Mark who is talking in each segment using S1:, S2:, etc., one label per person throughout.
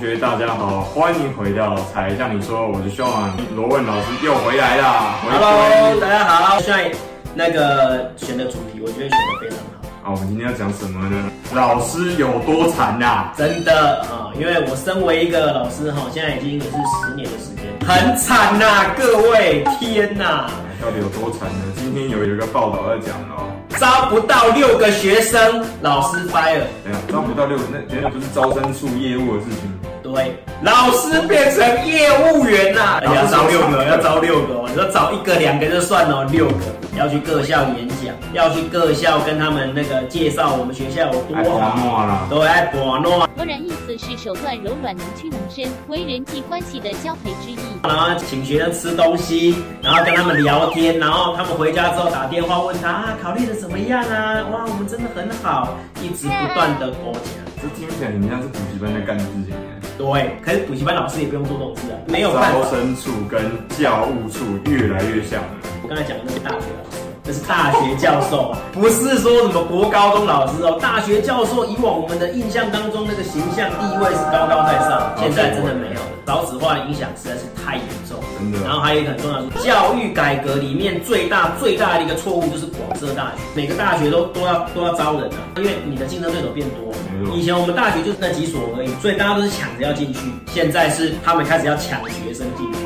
S1: 学，大家好，欢迎回到才向你说，我是秀昂，罗问老师又回来啦，回
S2: Hello，
S1: 归。
S2: 大家好。现在那个选的主题，我觉得选的非常好，
S1: 啊，我们今天要讲什么呢？老师有多惨呐、
S2: 真的啊、因为我身为一个老师哈，现在已经也是十年的时间，很惨呐、各位，天呐、
S1: 到底有多惨呢？今天有有一个报道要讲哦，
S2: 招不到六个学生，老师 fire，
S1: 等一下哎招不到六个，那原来不是招生处业务的事情。
S2: 对，老师变成业务员呐、
S1: 哎呀
S2: 要招六个，要招六个哦，你说找一个两个就算了，六个要去各校演讲，要去各校跟他们那个介绍我们学校有
S1: 哎，
S2: 多
S1: 黄
S2: 好，
S1: 诺啦，
S2: 都爱博诺。啊
S3: 柔然意思是手段柔软，能屈能伸，为人际关系的交配之意。
S2: 然后请学生吃东西，然后跟他们聊天，然后他们回家之后打电话问他啊，考虑的怎么样啊？哇，我们真的很好，一直不断的勾结。
S1: 这听起来很像是补习班在干的事情哎。
S2: 对，可是补习班老师也不用做这种事啊，没有办
S1: 招
S2: 法。
S1: 生处跟教务处越来越像了。
S2: 我刚才讲的那是大学老师，这是大学教授啊，不是说什么国高中老师哦。大学教授以往我们的印象当中那个形象地位是高高在上，现在真的没有了，少子化的影响实在是太严重了。
S1: 真的
S2: 然后还有一个很重要的是，教育改革里面最大最大的一个错误就是广设大学，每个大学都都要都要招人啊，因为你的竞争对手变多
S1: 没错
S2: 了。以前我们大学就是那几所而已，所以大家都是抢着要进去，现在是他们开始要抢学生进去。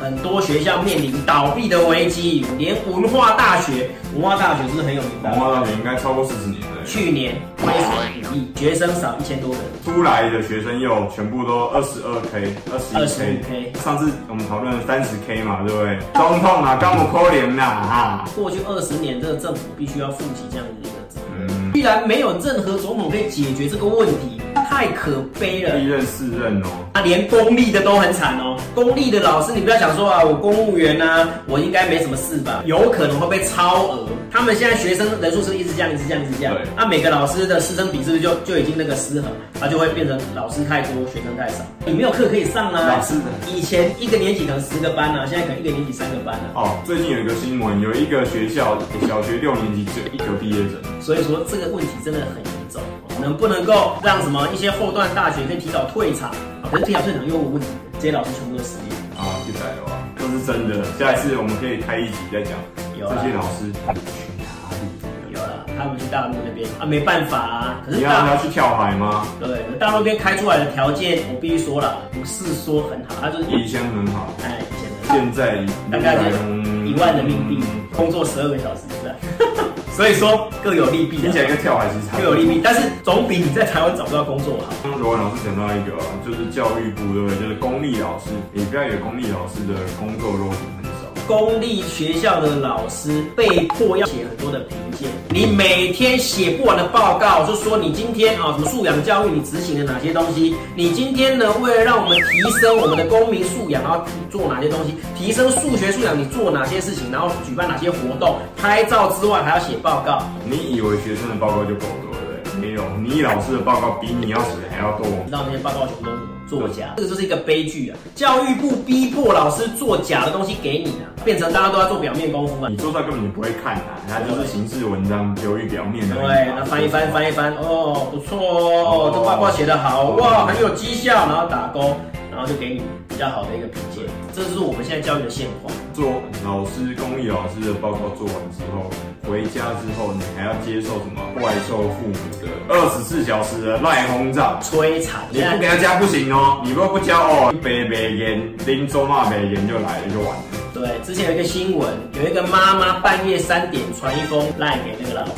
S2: 很多学校面临倒闭的危机，连文化大学，文化大学是不是很有名
S1: 黄
S2: 的。
S1: 花大学应该超过四十年了。
S2: 去年亏损五亿，学生少一千多人，
S1: 出来的学生又全部都二十二 k、二十一 k。
S2: 21K
S1: 上次我们讨论三十 k 嘛，对不对？总统啊，干我扣脸呐哈。
S2: 过去二十年，这个政府必须要负起这样的一个责任。
S1: 嗯，
S2: 居然没有任何总统可以解决这个问题，太可悲了
S1: 历。任四任哦，
S2: 啊，连公立的都很惨哦。公立的老师，你不要想说啊，我公务员呐、我应该没什么事吧？有可能会被超额。他们现在学生人数是不是一直降，一直降，一直降
S1: 对。
S2: 那、每个老师的师生比是不是就就已经那个失衡？它就会变成老师太多，学生太少。你没有课可以上啊。
S1: 老师的
S2: 以前一个年级可能十个班啊，现在可能一个年级三个班啊。
S1: 哦，最近有一个新闻，有一个学校小学六年级只有一个毕业生，
S2: 所以说这个问题真的很严重，能不能够让什么一些后段大学可以提早退场？啊可是提早退场又有问题，这些老师全部都失业。
S1: 啊，一百哦，这是真的。下一次我们可以开一集再讲
S2: 有啊
S1: 这些老师去哪里。
S2: 有了，他们去大陆那边啊，没办法啊。可
S1: 你
S2: 是
S1: 要让
S2: 大
S1: 他去跳海吗？
S2: 对，可是大陆那边开出来的条件，我必须说了，不是说很好，他就是
S1: 以前很好，
S2: 哎，以前的
S1: 现在
S2: 大概是
S1: 嗯
S2: 一万人民币，工作十二个小时，是吧？所以说 各有利弊
S1: 听起来
S2: 啊，
S1: 跟跳海其实差不
S2: 各
S1: 多
S2: 有利弊，但是总比你在台湾找不到工作好。
S1: 刚刚罗文老师讲到一个、哦，就是教育部，对不对？就是公立老师，你不要以为公立老师的工作落地很少，
S2: 公立学校的老师被迫要写很多的评鉴，你每天写不完的报告，就说你今天啊什么素养教育你执行了哪些东西，你今天呢为了让我们提升我们的公民素养，然后做哪些东西，提升数学素养你做哪些事情，然后举办哪些活动，拍照之外还要写报告，
S1: 你以为学生的报告就够多，对不对？没有，你老师的报告比你要写的还要多。
S2: 你知道那些报告全部都是作假，这个就是一个悲剧啊！教育部逼迫老师做假的东西给你啊，变成大家都在做表面功夫啊。
S1: 你做出来根本你不会看啊，它就是形式文章，流于表面的。
S2: 对，那翻一翻，翻一翻，哦，不错哦，这报告写得好哇，很有绩效，然后打勾，然后就给你比较好的一个评鉴，这就是我们现在教育的现况。
S1: 做老师公立老师的报告做完之后，回家之后你还要接受什么怪兽父母的二十四小时的赖轰炸。
S2: 摧残，
S1: 你不给他加不行哦，你如果不加哦，北北盐林州骂北盐就来了就完了。
S2: 对，之前有一个新闻，有一个妈妈半夜三点传一封赖给那个老师，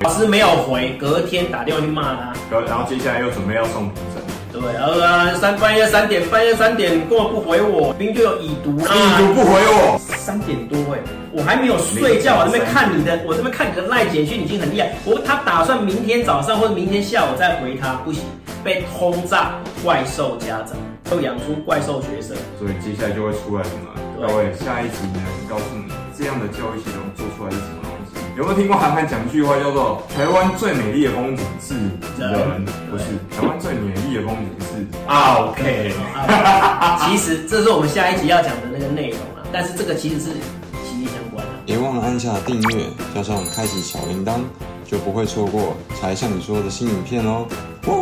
S2: 老师没有回，隔天打电话去骂他。
S1: 然后然后接下来又准备要送评审，
S2: 对，然后啊，三半夜三点，半夜三点你根本不回我，明明就有已读啦。
S1: 你都不回我，
S2: 三点多哎、我还没有睡觉，我这边看你的，我这边看你的赖简讯已经很厉害。我他打算明天早上或者明天下午再回他，不行，被轰炸怪兽家长，又养出怪兽学生。
S1: 所以接下来就会出来什么？
S2: 对
S1: 各位，下一集呢，告诉你这样的教育系统做出来是什么东西。有没有听过韩寒讲一句话叫做“台湾最美丽的风景是人，不是
S2: 哎
S1: 台湾最美丽的风景是 OK”。
S2: 啊，其实这是我们下一集要讲的那个内容啊，但是这个其实是息息相关的、
S4: 别忘了按下订阅，加上开启小铃铛，就不会错过才像你说的新影片哦。哇！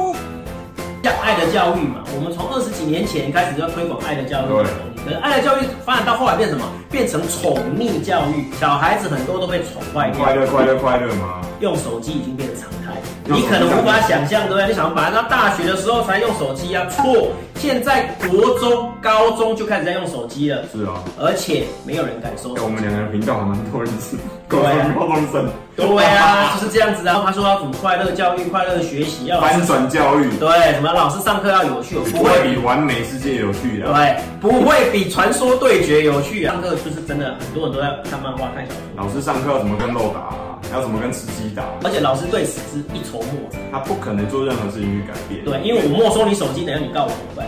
S2: 像爱的教育嘛，我们从二十几年前开始就推广爱的教育
S1: 对
S2: 这种东西，可是爱的教育发展到后来变什么？变成宠溺教育，小孩子很多都被宠坏掉
S1: 快。乐快乐快乐吗？
S2: 用手机已经变成常态，
S1: 用
S2: 你
S1: 手机
S2: 可能无法想象，对不对？你想把到大学的时候才用手机啊？错，现在国中、高中就开始在用手机了，
S1: 是啊，
S2: 而且没有人敢收
S1: 哎，我
S2: 手
S1: 们
S2: 机。
S1: 两个人频道还蛮多人是高
S2: 对啊
S1: 中 高中生，
S2: 对啊，就是这样子啊。然后他说要怎么快乐教育、快乐学习，要
S1: 翻转教育
S2: 对什么老师上课要有趣，有
S1: 不会比完美世界有趣的。
S2: 对，不会比传说对决有趣啊！上课就是真的，很多人都在看漫画、看小说，
S1: 老师上课要怎么跟肉打啊，要怎么跟吃鸡打啊，
S2: 而且老师对此之一筹莫展。
S1: 他不可能做任何事情去改变。
S2: 对，因为我没收你手机，等下你告我怎么办？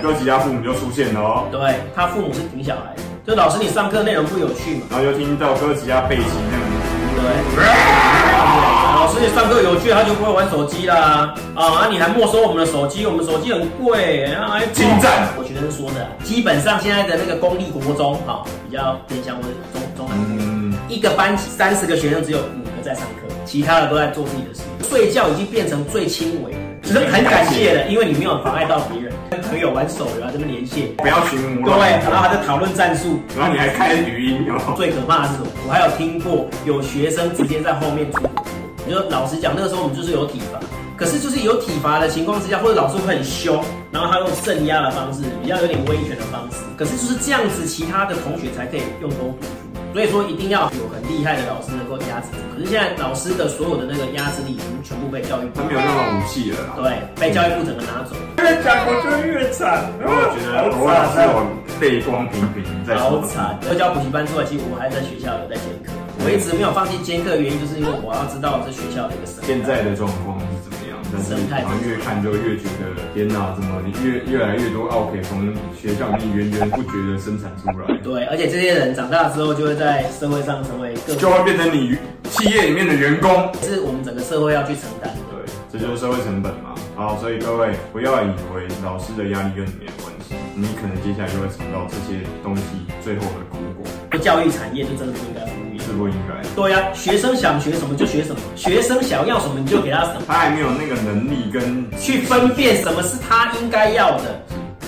S1: 哥吉拉父母就出现了哦，
S2: 对他父母是挺小孩的，就老师你上课内容不有趣嘛？
S1: 然后就听到哥吉拉背景那样子，
S2: 对。老师你上课有趣，他就不会玩手机啦。啊，啊你还没收我们的手机，我们手机很贵。啊，还
S1: 侵占
S2: 我学生说的啊，基本上现在的那个公立国中啊，比较偏向或者中中韩国。
S1: 嗯，
S2: 一个班级三十个学生，只有五个在上课，其他的都在做自己的事。睡觉已经变成最轻微的，只是很感谢的，因为你没有妨碍到别人。跟朋友玩手游啊，这边连线，
S1: 不要群魔
S2: 对，
S1: 乱
S2: 然后还
S1: 舞，
S2: 在讨论战术。
S1: 然后你还开语音哦，
S2: 最可怕的是什么？我还有听过有学生直接在后面出火锅。你说老实讲，那个时候我们就是有体罚，可是就是有体罚的情况之下，或者老师会很凶，然后他用镇压的方式，比较有点威权的方式。可是就是这样子，其他的同学才可以用功读书。所以说一定要有很厉害的老师能够压制住。可是现在老师的所有的那个压制力已经全部被教育部
S1: 他没有那种武器了啦。
S2: 对被教育部整个拿走。
S5: 越讲我就越惨，
S1: 然后我觉得罗老师有背光频频在
S2: 好
S1: 说什
S2: 惨
S1: 么，！
S2: 我教补习班之外，其实我还在学校有在兼课，
S1: 嗯
S2: 我一直没有放弃兼课，原因就是因为我要知道这学校的一个生态
S1: 现在的状况是怎么样？但是
S2: 生态
S1: 好像越看就越觉得，天哪，怎么越越来越多奥 K 从学校里面源源不绝的生产出来，
S2: 对，而且这些人长大之后就会在社会上成为各
S1: 就会变成你企业里面的员工。
S2: 是我们整个社会要去承担的。
S1: 对，这就是社会成本嘛。好，所以各位不要以为老师的压力跟你没有关系，你可能接下来就会尝到这些东西最后的苦果，
S2: 教育产业就真的不应该富裕。
S1: 是不应该。
S2: 对呀、学生想学什么就学什么，学生想要什么你就给他什么，
S1: 他还没有那个能力跟
S2: 去分辨什么是他应该要的。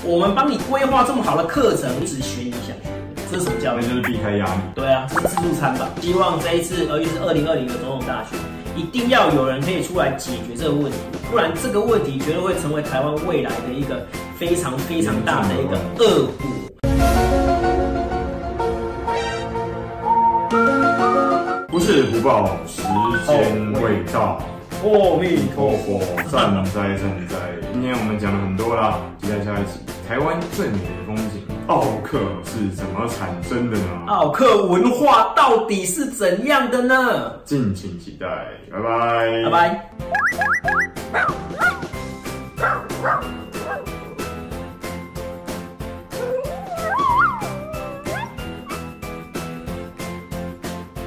S2: 我们帮你规划这么好的课程，你只学你想学的，这是什么教
S1: 那
S2: 育？
S1: 就是避开压力。
S2: 对啊，这是自助餐吧？希望这一次，而且是二零二零的总统大选，一定要有人可以出来解决这个问题，不然这个问题绝对会成为台湾未来的一个非常非常大的一个恶果。
S1: 不是不报，时间未
S2: 哦
S1: 到。
S2: 阿弥
S1: 陀佛，善哉善哉。今天我们讲了很多啦，期待下一期。台湾最美的风景奥克是怎么产生的呢？
S2: 奥克文化到底是怎样的呢？
S1: 敬请期待，拜拜，
S2: 拜。拜。